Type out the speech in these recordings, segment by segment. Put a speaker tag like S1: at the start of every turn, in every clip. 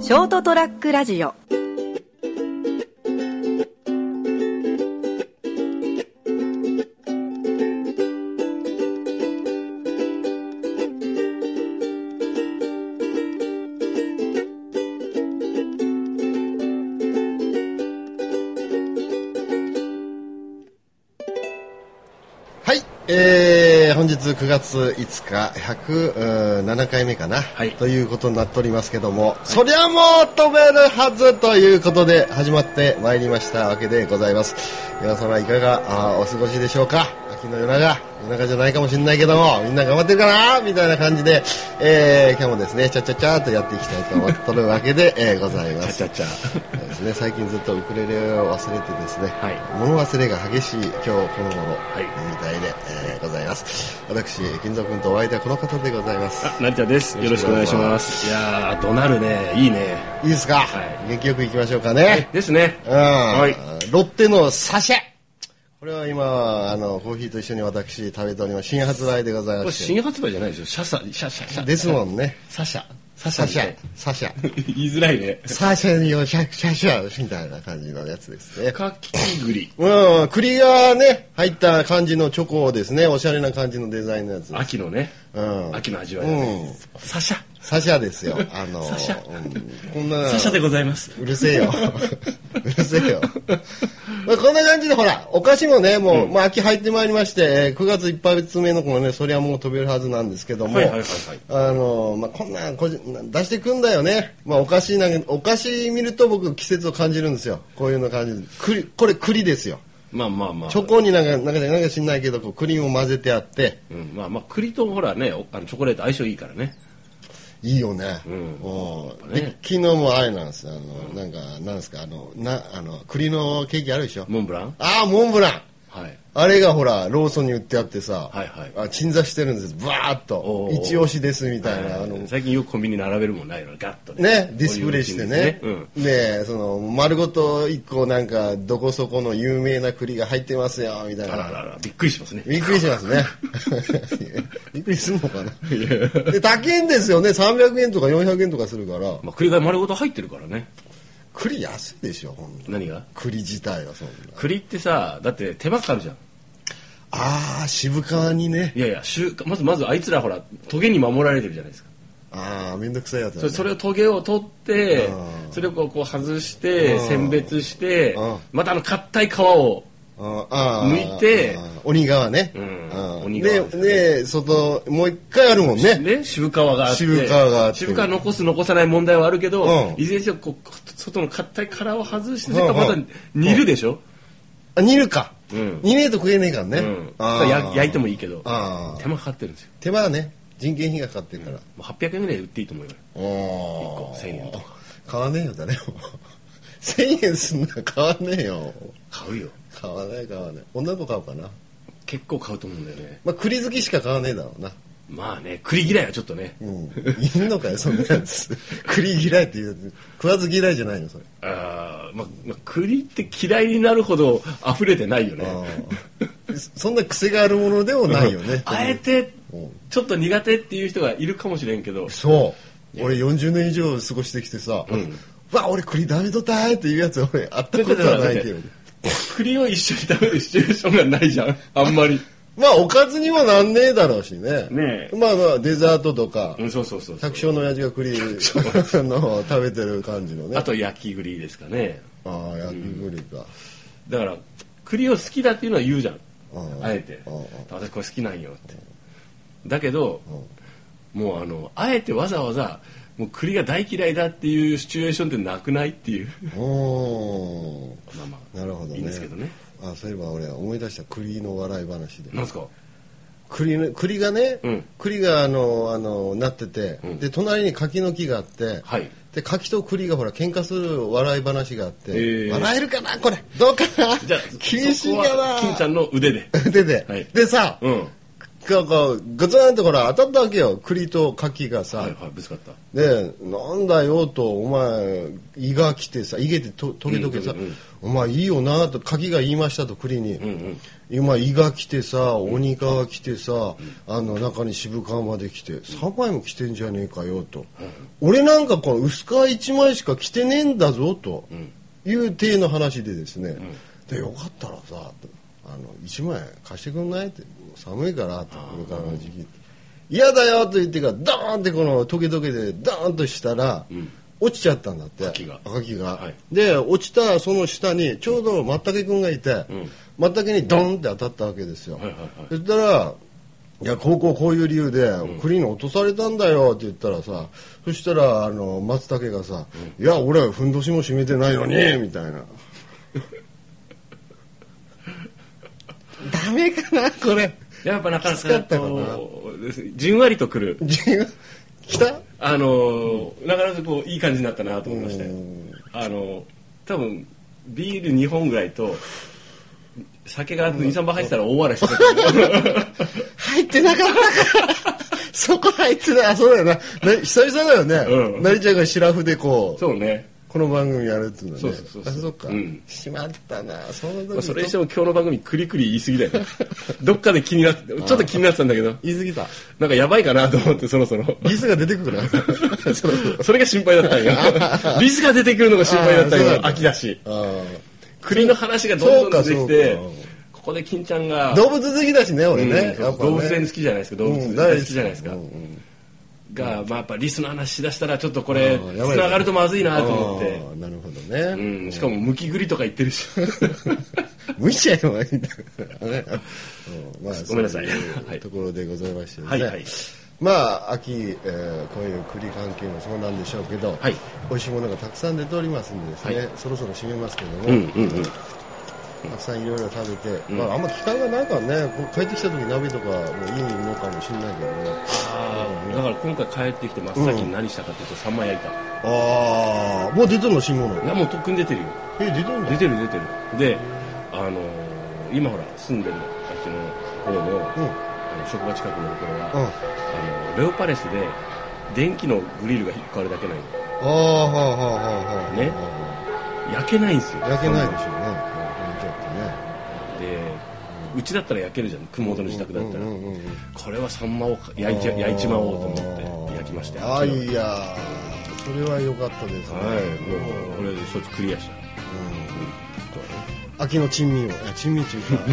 S1: ショートトラックラジオ
S2: はい、えー、本日9月5日、107回目かな、
S3: はい
S2: ということになっておりますけども、そりゃもう飛べるはずということで始まってまいりましたわけでございます。皆様いかがあーお過ごしでしょうか秋の夜長、夜中じゃないかもしれないけども、みんな頑張ってるかなみたいな感じで、えー、今日もですね、ちゃちゃちゃーっとやっていきたいと思っとるわけで、えーございます。
S3: ちゃちゃち
S2: そうですね、最近ずっとウクレレを忘れてですね、
S3: はい
S2: 物忘れが激しい今日この頃、
S3: い
S2: みたいで、えーございます私金蔵君とお相手はこの方でございます
S3: ゃ。成田です。よろしくお願いします。いやー、怒鳴るね。いいね。
S2: いいですか、
S3: はい
S2: 元気よくいきましょうかね、
S3: ですね。
S2: うん
S3: はい
S2: ロッテのサシェこれは今あのコーヒーと一緒に私食べております新発売でござい
S3: こ
S2: ま
S3: れ
S2: して
S3: 新発売じゃないでしょ。シャサ、シャシャシャ。
S2: ですもんね
S3: サシャ。サシ
S2: サ
S3: ャみ
S2: シ
S3: た
S2: ャ
S3: い。
S2: サシャ
S3: 言いづらいね。
S2: サシャによシャシャシャみたいな感じのやつですね
S3: カキグリ。
S2: うん、栗がね、入った感じのチョコですね、おしゃれな感じのデザインのやつ。
S3: 秋のね。
S2: うん
S3: 秋の味わいだね。サシャ。
S2: サシャですよ。あの、
S3: サシャ
S2: うんこんな、
S3: サシャでございます。
S2: うるせえよ。 うるせえよ。まあ、こんな感じでほら、お菓子もね、もう、まあ、秋入ってまいりまして、えー9月1月目のこのね、そりゃもう飛べるはずなんですけども、
S3: はいはいはいはい
S2: あの、まあ、こんなんこじ出してくんだよね。まあ、お菓子なんか、お菓子見ると僕季節を感じるんですよ。こういうの感じる。栗、これ栗ですよ。
S3: まあまあまあ。
S2: チョコになんか、なんか、なんか知んないけど、こう、クリームを混ぜてあって、
S3: うん、まあまあ、栗とほらね、おあのチョコレート相性いいからね。
S2: いいよね。うんん。
S3: やっぱ
S2: で
S3: ね、
S2: 昨日もあれなんですよ。あの、なんか、なんですか、あの、な、あの、栗のケーキあるでしょ。
S3: モンブラン
S2: ああ、モンブラン
S3: はい。
S2: あれがほら、ローソンに売ってあってさ、
S3: はいはい
S2: あ鎮座してるんです。バーっと
S3: お。ー
S2: 一押しですみたいな、あの、
S3: 最近よくコンビニ並べるもんないのガッと
S2: ね、ディスプレイしてね
S3: こういうのいいん
S2: で、
S3: ですねうん。。
S2: その、丸ごと一個なんか、どこそこの有名な栗が入ってますよ、みたい
S3: あらあ
S2: な。
S3: らあら、びっくりしますね。
S2: びっくりします ね。びっくりするのかな。で、高いんですよね。300円とか400円とかするから。
S3: まあ、栗が丸ごと入ってるからね。
S2: 栗安いでしょ、ほんと
S3: 何が
S2: 栗自体はそんな。
S3: 栗ってさだって手間かかるじゃん
S2: ああ、渋川にね。
S3: いやいや収穫まずまずあいつらほらトゲに守られてるじゃないですか
S2: ああ、めんどくさいやつだ
S3: そ
S2: ね
S3: れそれをトゲを取って
S2: うん
S3: それをこうこう外して
S2: うん
S3: 選別して
S2: うん
S3: またあの硬い皮を
S2: ああ
S3: 剥いて
S2: ああ鬼側ね。
S3: うん
S2: ああ
S3: 鬼側です
S2: で、
S3: よね
S2: で、外、もう一回あるもんね。
S3: ね渋皮があって
S2: 渋皮があって
S3: 渋皮残す残さない問題はあるけ
S2: う
S3: ど
S2: ん
S3: いずれにせよこう外の硬い殻を外して
S2: うん
S3: それからまた
S2: うん
S3: 煮るでしょ
S2: あ煮るか。
S3: うん
S2: 煮ねえと食えねえからね。
S3: うん
S2: ああ
S3: や焼いてもいいけど
S2: ああ
S3: 手間かかってるんですよ
S2: 手間はね、人件費がかかってるから。
S3: もう800円ぐらいで売っていいと思うよ
S2: おー
S3: 一個1000円とか
S2: 買わねえよ誰も 1000円すんなら買わねえよ
S3: 買うよ
S2: 買わない買わない女の子買おうかな、
S3: 結構買うと思うんだよね
S2: まあ、栗好きしか買わねえだろうな
S3: まあね栗嫌いはちょっとね
S2: うんいんのかよそんなやつ 栗嫌いって言う食わず嫌いじゃないのそれ
S3: あーまあ、まあ、栗って嫌いになるほど溢れてないよね。
S2: あーそんな癖があるものでもないよね
S3: あえて
S2: うん、
S3: ちょっと苦手っていう人がいるかもしれんけど、
S2: そう俺40年以上過ごしてきてさ、わ俺栗ダメとったいっていうやつ俺あったことはないけど
S3: 栗を一緒に食べるシチュエーションがないじゃん、あんまり。
S2: まあおかずにもなんねえだろうしね
S3: ねえ
S2: まあまあデザートとか、
S3: うん、そうそうそうそう
S2: 百姓の親父が栗 あの食べてる感じのね
S3: あと焼き栗ですかね。
S2: ああ焼き栗か、
S3: だから、栗を好きだっていうのは言うじゃん
S2: う。ん
S3: あえて
S2: うんうん。
S3: 私これ好きなんよって。だけど、もうあの、あえてわざわざ、もう栗が大嫌いだっていうシチュエーションってなくないっていう。
S2: お
S3: まあま
S2: おなるほどね
S3: いいんですけどね
S2: あそういえば俺思い出した栗の笑い話で
S3: あ。なんすか
S2: 栗の栗がね、
S3: うん
S2: 栗があのあのなってて、
S3: ん
S2: で隣に柿の木があって、
S3: はい
S2: で柿と栗がほら喧嘩する笑い話があって、
S3: へえ
S2: 笑えるかなこれどうかな
S3: じゃあ、
S2: 厳しいか
S3: そこは金ちゃ
S2: なん
S3: の腕で。
S2: でで、
S3: はい
S2: でさ、
S3: うん。
S2: こうこうガツンとほら当たったわけよ栗と柿がさ、
S3: はいはい、ぶつかった。
S2: でなんだよとお前胃が来てさ胃がってと時々さ、
S3: うんうんうん
S2: お前いいよなと柿が言いましたと栗に、
S3: ん
S2: 今伊賀来てさ鬼川来てさ、あの中に渋川まで来て3枚も来てんじゃねえかよと、俺なんかこの薄皮1枚しか着てねえんだぞという体の話でですね、でよかったらさあの1枚貸してくんないって寒いからとこれからの時期嫌だよと言ってからドーンってこのトゲトゲでドーンとしたら、落ちちゃったんだって
S3: 柿が
S2: 赤木が、
S3: はい
S2: で落ちたその下にちょうど松茸君がいて、松茸にドンって当たったわけですよ、
S3: はいはいはい
S2: そしたら「いや高校こういう理由でクリーン落とされたんだよ」って言ったらさそしたらあの松茸がさ「いや俺ふんどしも締めてないのに」みたいな「ダメかなこれ
S3: やっぱなかなか
S2: きつかったかな
S3: こうですねじんわりとくる」
S2: 来た
S3: あのーなかなかこういい感じになったなと思いましたよあのー多分ビール2本ぐらいと酒が23杯入ってたら大笑いし てたけど
S2: 入ってなかったからそこ入ってないあそうだよなな久々だよね、
S3: うん
S2: なりちゃんがシラフでこう
S3: そうね
S2: この番組やるっていうのはね
S3: そうそうそうそう
S2: あそっか、
S3: うん
S2: しまったなその時
S3: まあそれにしても今日の番組クリクリ言い過ぎだよねどっかで気になってちょっと気になってたんだけど
S2: 言い過ぎた
S3: なんかやばいかなと思ってそろそろ
S2: リスが出てくる なそろそ ろ
S3: それが心配だった んやリスが出てくるのが心配だったん
S2: あーそうな
S3: や
S2: んだ
S3: 秋だし
S2: あ
S3: 栗の話がどんどん出てきて
S2: そうかそう
S3: ここで金ちゃんが
S2: ー動物好きだしね俺
S3: うん
S2: ね,、やっぱね
S3: 動物園好きじゃないですか動物
S2: うん
S3: 園
S2: 大
S3: 大
S2: 好
S3: 好
S2: き
S3: きじゃないですか、
S2: うん
S3: が、まあ、やっぱリスの話しだしたらちょっとこ
S2: あ
S3: れ
S2: ー
S3: つ
S2: やばい
S3: ながるとまずいなと思って
S2: あ、ーなるほど
S3: う
S2: ね、
S3: ん、しかもむきぐりとか言って るし
S2: 無視しちゃえばいいんだからね、うんまあ、
S3: ごめんなさい
S2: そうう
S3: はい
S2: ところでございましてです
S3: は
S2: ね、
S3: いはい
S2: まあ秋、えーこういう栗関係もそうなんでしょうけど、
S3: はい
S2: 美味しいものがたくさん出ておりますんでですね、
S3: はい
S2: そろそろ締めますけども、
S3: うんうんうん
S2: たくさんいろいろ食べて、まあ、あんま機会がないからねこう帰ってきた時鍋とかもいいのかもしれないけどね
S3: あーだから今回帰ってきて真っ先に何したかっていうとサンマ焼いた
S2: ああもう出てるの新物
S3: いやもうとっくに出てるよ
S2: え出てるんだ
S3: 出てる出てるであのー今ほら住んでるあっちの方の,、
S2: うん
S3: あの職場近くのところは、
S2: うん
S3: あのレオパレスで電気のグリルが1個あるだけない
S2: ああはあはあはあはあ
S3: ねの焼けないんですよ
S2: 焼けないでしょうね焼け
S3: ょ
S2: ちゃ
S3: でうちだったら焼けるじゃん熊本の自宅だったら、
S2: うんうんうん
S3: これはサンマをか焼いち
S2: っ
S3: ゃ
S2: てね
S3: 焼いちまおうと思って焼きましたよ
S2: ああいやーそれは良かったですね、
S3: はいもうこれで一つクリアした
S2: 秋の珍味をいや珍味というか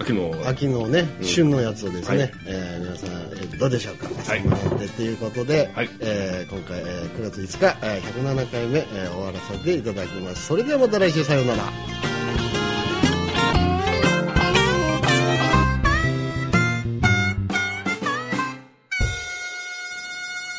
S3: 秋の
S2: 秋のね、旬のやつをですね、
S3: はい
S2: えー皆さん、えーどうでしょうか、
S3: はい
S2: でということで、
S3: はい
S2: えー今回、えー9月5日、えー107回目、えー終わらせていただきますそれではまた来週さようなら